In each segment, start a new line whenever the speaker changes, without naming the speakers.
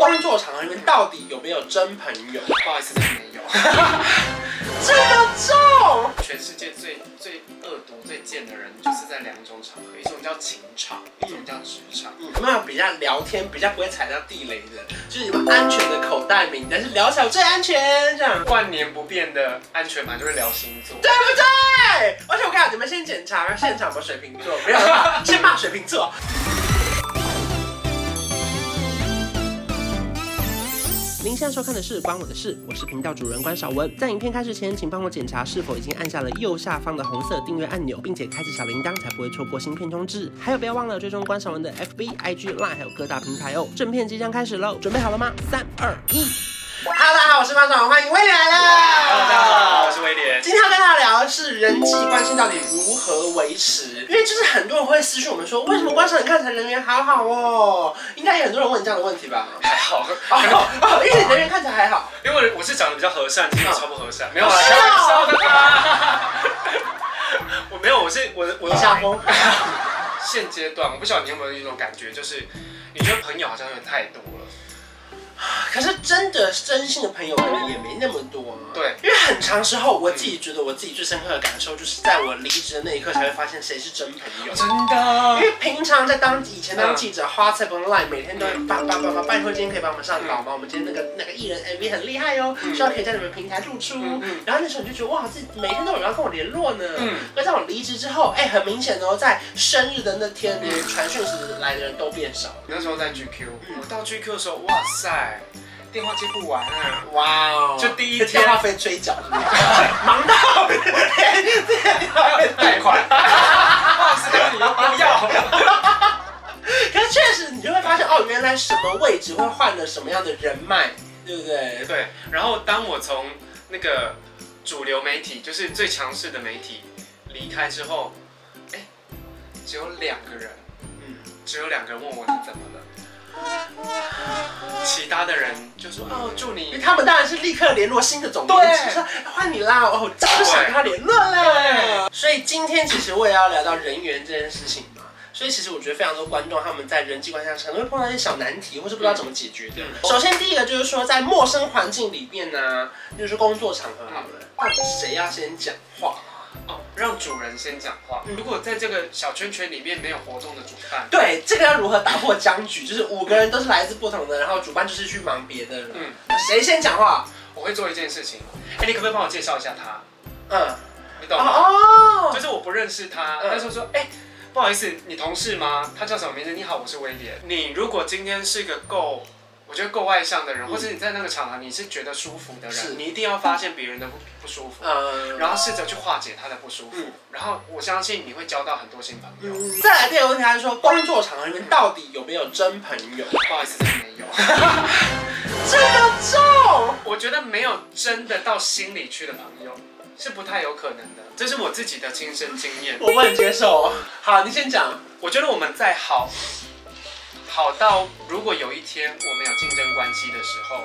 工作场合里面到底有没有真朋友？
不好意思，真没有。
这个重，
全世界最最恶毒、最贱的人，就是在两种场合，一种叫情场，一种叫职场。
嗯，有没有比较聊天比较不会踩到地雷的？就是你们安全的口袋名，但是聊起来我最安全，这样
万年不变的安全码就是聊星座，
对啊不对？而且我看你们先检查现场有没有水瓶座，没有的话，先骂水瓶座。您现在收看的是《关我的事》，我是频道主人关少文。在影片开始前，请帮我检查是否已经按下了右下方的红色订阅按钮，并且开启小铃铛，才不会错过新片通知。还有，不要忘了追踪关少文的 FB、IG、Line，还有各大平台哦。正片即将开始喽，准备好了吗？三、二、一。Hello，大家好，我是关少文，欢迎威廉来了。
Hello，大家好，我是威廉。
今天要跟大家聊的是人际关系到底如何维持，因为就是很多人会私讯我们说，为什么关少文看起来人缘好好哦？应该有很多人问你这样的问题吧？
还好，
哦，哦因为你人缘看起来还好。
因为我是长得比较和善，其实我超不和善，没有啊啦，
是
开
哦
玩笑的啦。我没有，啊我是我的我
李
的
夏风，
现阶段，我不晓得你有没有一种感觉，就是你觉得朋友好像有点太多了。
可是真的真心的朋友可能也没那么多、啊。
对，
因为很长时候，我自己觉得我自己最深刻的感受，就是在我离职的那一刻才会发现谁是真朋友。
真
因
的，
为平常在当以前当记者，花菜跟 line 每天都会叭叭叭叭，拜托今天可以帮我们上稿吗？我们今天那个那个艺人 MV 很厉害哦，希望可以在你们平台露出
嗯嗯。
然后那时候你就觉得哇，自己每天都有人要跟我联络呢。
嗯
可是在我离职之后，哎，很明显哦，在生日的那天，连传讯息来的人都变少了。
那时候在 GQ，我到 GQ 的时候，哇塞，电话接不完啊。
哇哦！
就第一
这
天
电话费追缴，是不是忙到连电话费
贷款， 不好意思，但是你又不 要。
可是确实，你就会发现哦，原来什么位置会换了什么样的人脉，对不对？
对，然后当我从那个主流媒体，就是最强势的媒体离开之后，哎，只有两个人，
嗯。
只有两个人问我你怎么了，其他的人就说哦，祝
因为
你。
他们当然是立刻联络新的总编辑，
对
说换你啦，哦，我早就想跟他联络了。所以今天其实我也要聊到人缘这件事情嘛。所以其实我觉得非常多观众他们在人际关系上可能会碰到一些小难题，或是不知道怎么解决的。
嗯
首先第一个就是说，在陌生环境里面呢、就是工作场合好
嗯
了，到底谁要先讲话？
哦，让主人先讲话。
嗯
如果在这个小圈圈里面没有活动的主办，
对，这个要如何打破僵局？就是五个人都是来自不同的，然后主办就是去忙别的了。
嗯
嗯，谁先讲话？
我会做一件事情。哎，你可不可以帮我介绍一下他？
嗯，
你懂吗？
哦
就是我不认识他，
嗯
但是说，哎、不好意思，你同事吗？他叫什么名字？你好，我是威廉。你如果今天是个够，我觉得够外向的人，
嗯
或者你在那个场合你是呃觉得舒服的
是
人，你一定要发现别人的不不舒服，
嗯，
然后试着去化解他的不舒服，
嗯
然后我相信你会交到很多新朋友。
嗯再来第二个问题，他是说工作场合里面到底有没有真朋友？
不好意思，真的没有，
这个重，
我觉得没有真的到心里去的朋友是不太有可能的，这是我自己的亲身经验。
我不能接受。好，你先讲。
我觉得我们在好好到如果有一天我们有竞争关系的时候，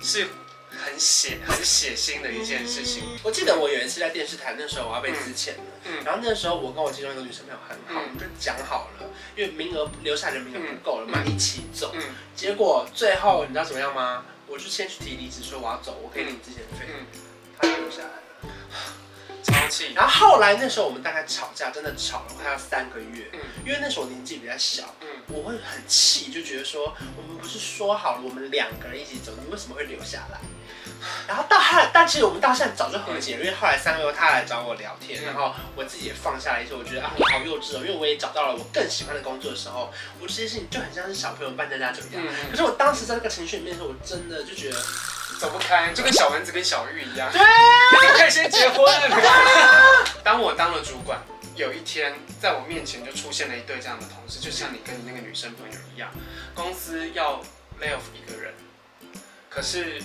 是很血很血腥的一件事情。
我记得我有一次在电视台，那时候我要被资遣了，
嗯
然后那时候我跟我其中一个女生朋友很好，
嗯
我们就讲好了，因为名额留下来的名额不够了嘛，一起走。
嗯
结果最后你知道怎么样吗？我就先去提离职，说我要走，我可以领之前的费，
嗯，
她就留下来了。
超气。嗯
然后后来那时候我们大概吵架，真的吵了快要三个月，
嗯
因为那时候我年纪比较小，
嗯
我会很气，就觉得说我们不是说好了，我们两个人一起走，你为什么会留下来？然后到后来，但其实我们到现在早就和解了，因为后来三个月他来找我聊天，
嗯
然后我自己也放下了一些，我觉得啊我好幼稚哦，因为我也找到了我更喜欢的工作的时候，我这些事情就很像是小朋友办家家酒一样。
嗯，
可是我当时在那个情绪里面的时候，我真的就觉得，
走不开，就跟小蚊子跟小玉一样。
对
你们可以先结婚。当我当了主管，有一天在我面前就出现了一对这样的同事，就像你跟你那个女生朋友一样，公司要 lay off 一个人，可是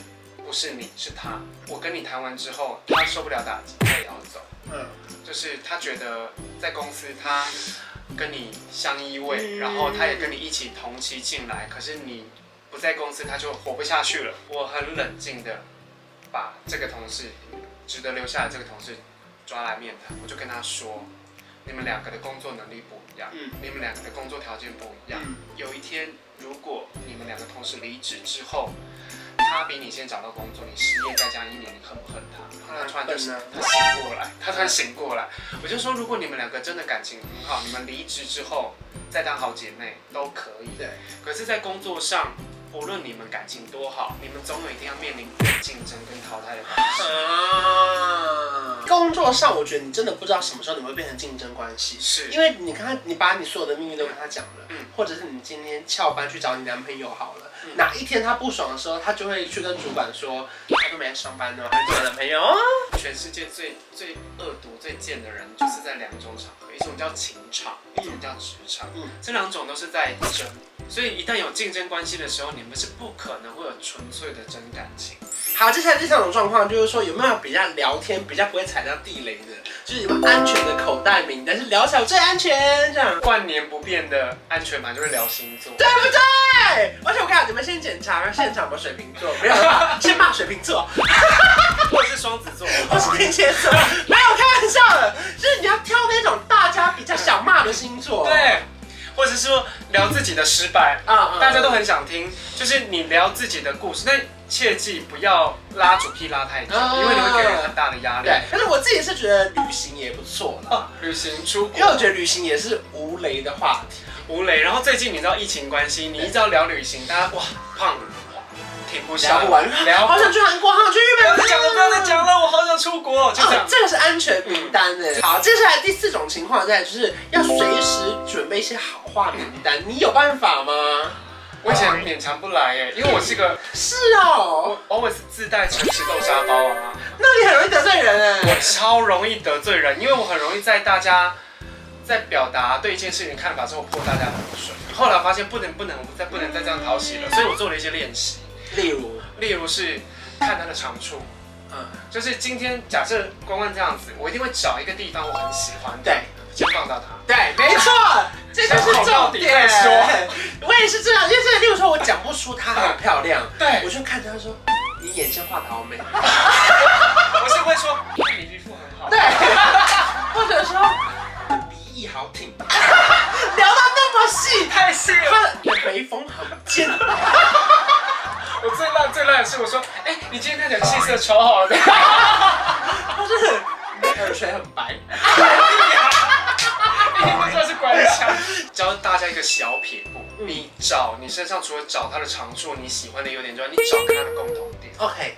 不是你，是他。我跟你谈完之后，他受不了打击，他也要走，
嗯，
就是他觉得在公司他。跟你相依偎，
嗯
然后他也跟你一起同期进来，可是你不在公司，他就活不下去了。我很冷静的把这个同事值得留下的这个同事抓来面谈，我就跟他说，你们两个的工作能力不一样，
嗯
你们两个的工作条件不一样，
嗯
有一天如果你们两个同时离职之后，他比你先找到工作，你失业再加一年，你恨不恨他？他突然就是他醒过来，他突然醒过来。我就说，如果你们两个真的感情很好，你们离职之后再当好姐妹都可以。
对。
可是，在工作上，无论你们感情多好，你们总有一天要面临被竞争跟淘汰的方式。
啊，工作上我觉得你真的不知道什么时候你会变成竞争关系，
是
因为你看他，你把你所有的秘密都跟他讲了，
嗯
或者是你今天翘班去找你男朋友好了，
嗯
哪一天他不爽的时候，他就会去跟主管说，他都没来上班的嘛，他去找男朋友啊，
全世界最最恶毒、最贱的人，就是在两种场合，一种叫情场，一种叫职场。
嗯
这两种都是在争，所以一旦有竞争关系的时候，你们是不可能会有纯粹的真感情。
好，接下来第三种状况就是说，有没有比较聊天比较不会踩到地雷的，就是你们安全的口袋名单是聊起来最安全这样，
万年不变的安全码就是聊星座，
对不对？而且我看你们先检查现场有没有水瓶座，没有啦，先骂水瓶座，
或者是双子座。
我是天蝎座，没有开玩笑的，就是你要挑那种大家比较想骂的星座，
对，或者是说聊自己的失败，
啊，啊
大家都很想听，就是你聊自己的故事，但切记不要拉主题拉太久，
啊
因为你会给人很大的压力。
对，但是我自己是觉得旅行也不错啦，
哦，旅行出国
因为我觉得旅行也是无雷的话题。
吴磊，然后最近你知道疫情关系，你一直要聊旅行，大家哇胖，停不下，
聊不完，
聊
好想去韩国，好想去日
不
本。
要再讲了，不要再讲了，我好想出国哦，就这
哦
样，。嗯
这个是安全名单哎。好，接下来第四种情况，再来就是要随时准备一些好话名单，你有办法吗？
我以前勉强不来耶，因为我 是个
是哦
我，always 自带诚实豆沙包啊，
那你很容易得罪人
我
哎。
超容易得罪人，因为我很容易在大家在表达对一件事情的看法之后泼大家冷水。后来发现不能不能再不能再这样讨喜了，所以我做了一些练习，
例如，
例如是看他的长处。
嗯，
就是今天假设关关这样子，我一定会找一个地方我很喜欢的，
对，
先放大它。
对，没错，这就是
想好到
重
底
点
再。
我也是这样，因为这个，例如说我讲不出她很漂亮，
对
我就看着她说，你眼线画的好美。
我是会说，你皮肤很好。
对，或者说鼻翼好挺，聊到那么细，
太细了。
他的眉峰很尖，
我最烂最烂的是我说，哎、你今天看起来气色超好的。
他是你的耳垂很白。
一听就知道是官腔。教大家一个小撇步，你找你身上除了找他的长处、你喜欢的优点之外，你找跟他的共同点，
OK，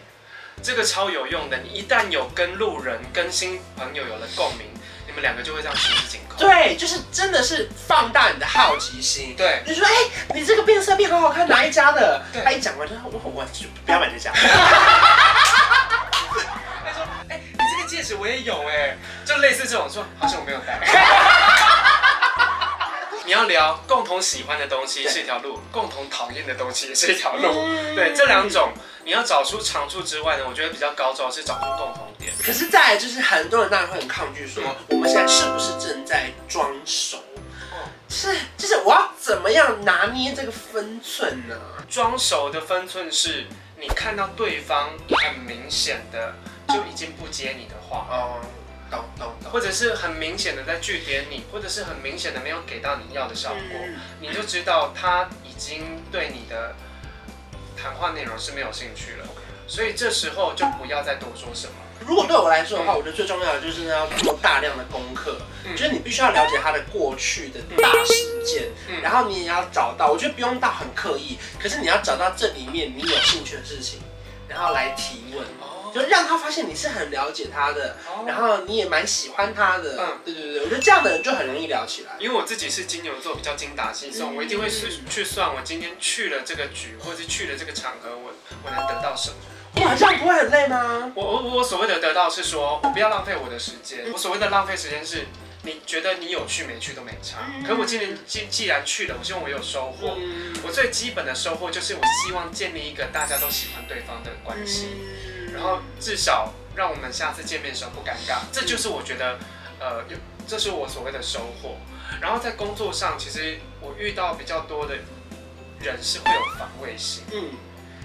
这个超有用的。你一旦有跟路人、跟新朋友有了共鸣，你们两个就会这样十指紧扣。
对，就是真的是放大你的好奇心。
对
你说，哎、你这个变色变好好看，哪一家的？
对
他一讲完就说，我我就不要买这家。
他说，哎、你这个戒指我也有哎、就类似这种说，好像我没有戴。 你要聊共同喜欢的东西
对
是一条路，共同讨厌的东西也是一条路。
嗯
对，这两种你要找出长处之外呢，我觉得比较高招的是找出共同点。
可是再来就是很多人当然会很抗拒说，我们现在是不是正在装熟？是，就是我要怎么样拿捏这个分寸呢？
装熟的分寸是，你看到对方很明显的就已经不接你的话，
哦，懂懂懂。
或者是很明显的在拒绝你，或者是很明显的没有给到你要的效果，
嗯
你就知道他已经对你的谈话内容是没有兴趣了。所以这时候就不要再多说什么。
如果对我来说的话，我觉得最重要的就是要做大量的功课，
嗯
就是你必须要了解他的过去的大事件，
嗯
然后你也要找到，我觉得不用到很刻意，可是你要找到这里面你有兴趣的事情，然后来提问，
哦，
就让他发现你是很了解他的，然
然后
后你也蛮喜欢他的，
嗯
对对对，我觉得这样的人就很容易聊起来。
因为我自己是金牛座，比较精打细算，
嗯
我一定会去去算我今天去了这个局，或是去了这个场合，我我能得到什么。
哇，这样不会很累吗？
我我我所谓的得到是说，我不要浪费我的时间。我所谓的浪费时间是，你觉得你有去没去都没差。
嗯
可我今年既既然去了，我希望我有收获。
嗯，
我最基本的收获就是，我希望建立一个大家都喜欢对方的关系，
嗯
然后至少让我们下次见面的时候不尴尬。这就是我觉得，呃，有这是我所谓的收获。然后在工作上，其实我遇到比较多的人是会有防卫心。
嗯，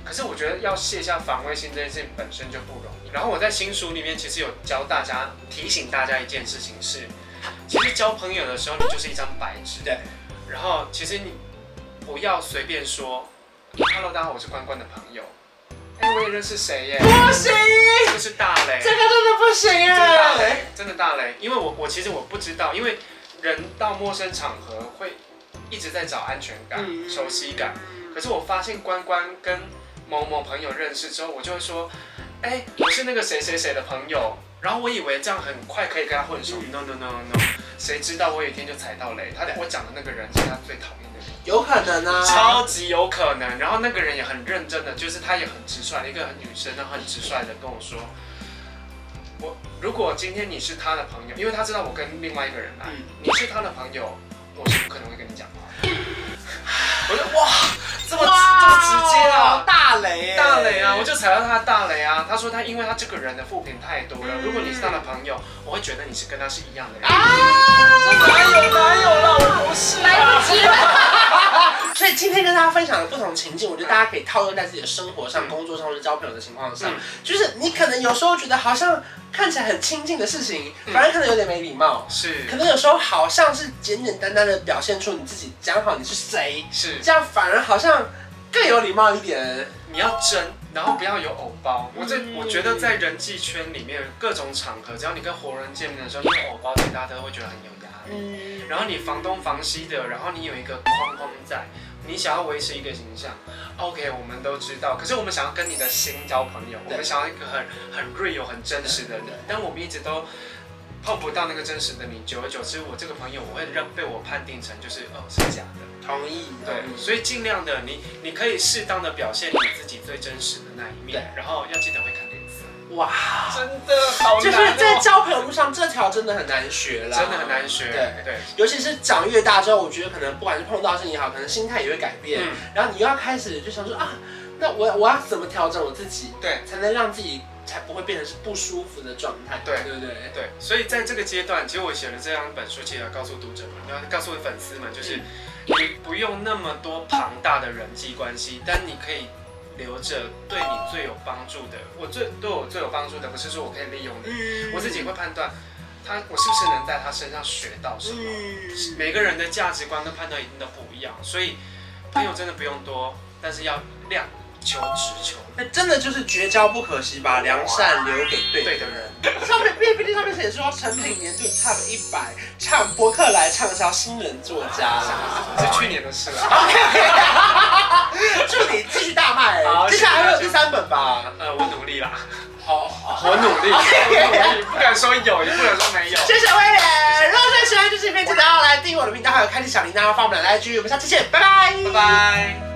可是我觉得要卸下防卫心这件事情本身就不容易。然后我在新书里面其实有教大家提醒大家一件事情是，其实交朋友的时候你就是一张白纸，
对。
然后其实你不要随便说，Hello，大家好，我是关关的朋友。哎、我也认识谁耶？
不行，
这个是大雷，
这个真的不行欸嗯
真的啊大雷
耶！，
真的大雷。因为我我其实我不知道，因为人到陌生场合会一直在找安全感、
嗯
熟悉感。可是我发现关关跟某某朋友认识之后，我就会说，哎、我是那个谁谁谁的朋友。然后我以为这样很快可以跟他混熟、
嗯
n o No No No，谁知道我有一天就踩到雷，他我讲的那个人是他最讨厌的人。
有可能啊，
超级有可能。然后那个人也很认真的，就是他也很直率，一个很女生，然后很直率的跟我说，我如果今天你是他的朋友，因为他知道我跟另外一个人来，
嗯
你是他的朋友，我是不可能会跟你讲话。我就哇，这么这么直接啊！
大雷欸耶，
大雷啊，我就踩到他的大雷啊！他说他因为他这个人的负评太多了，
嗯
如果你是他的朋友，我会觉得你是跟他是一样的人。
啊，
哪有哪有啦，我不是
来
啊
不。及了。
所以今天跟大家分享的不同情境，我觉得大家可以套用在自己的生活上、工作上或者交朋友的情况上
嗯。
就是你可能有时候觉得好像看起来很亲近的事情，
嗯
反而可能有点没礼貌。
是
可能有时候好像是简简单单的表现出你自己，讲好你是谁，
是，
这样反而好像更有礼貌一点。
你要真，然后不要有偶包。我这
嗯
我觉得在人际圈里面，各种场合，只要你跟活人见面的时候，你有偶包，大家都会觉得很有压力。
嗯，
然后你房东房西的，然后你有一个框框在，你想要维持一个形象，OK，我们都知道。可是我们想要跟你的心交朋友，我
对
们想要一个很很 real、很真实的人
对对，
但我们一直都碰不到那个真实的你。久而久之，我这个朋友我会认被我判定成就是哦是假的。
同意。
对，所以尽量的，你你可以适当的表现你自己最真实的那一面，然后要记得会看脸色，
以哇，
真的好哦
就是在交朋友路上这条真的很难学啦，
真的很难学，
对。
对，
尤其是长越大之后，我觉得可能不管是碰到事情也好，可能心态也会改变，
嗯
然后你又要开始就想说啊，那我我要怎么调整我自己，
对
才能让自己才不会变成是不舒服的状态，
对
对不对？
对，所以在这个阶段，其实我写了这样一本书，其实要告诉读者们，要告诉粉丝们，
嗯
就是你不用那么多庞大的人际关系，但你可以。留着对你最有帮助的，我最对我最有帮助的，不是说我可以利用你，
嗯
我自己会判断他，我是不是能在他身上学到什么。
嗯，
每个人的价值观跟判断一定都不一样，所以朋友真的不用多，但是要量求直 求
那哎真的就是绝交不可惜，把良善留给对的
对
人。
的人。
上面 PPT 上面写说成品年度 Top 一百，唱博客来畅销新人作家 啦。
是去年的事了。
OK OK，祝你继续大卖
好。
接下来还有
谢谢
第三本吧？
呃，我努力啦，
好，
我努力，我努力，不敢说有，也不敢说没有。
谢谢威廉。如果真的喜欢这期影片，记得要来订阅我的频道，还有开启小铃铛，放我们俩的 IG。我们下期见，拜拜，
拜。拜。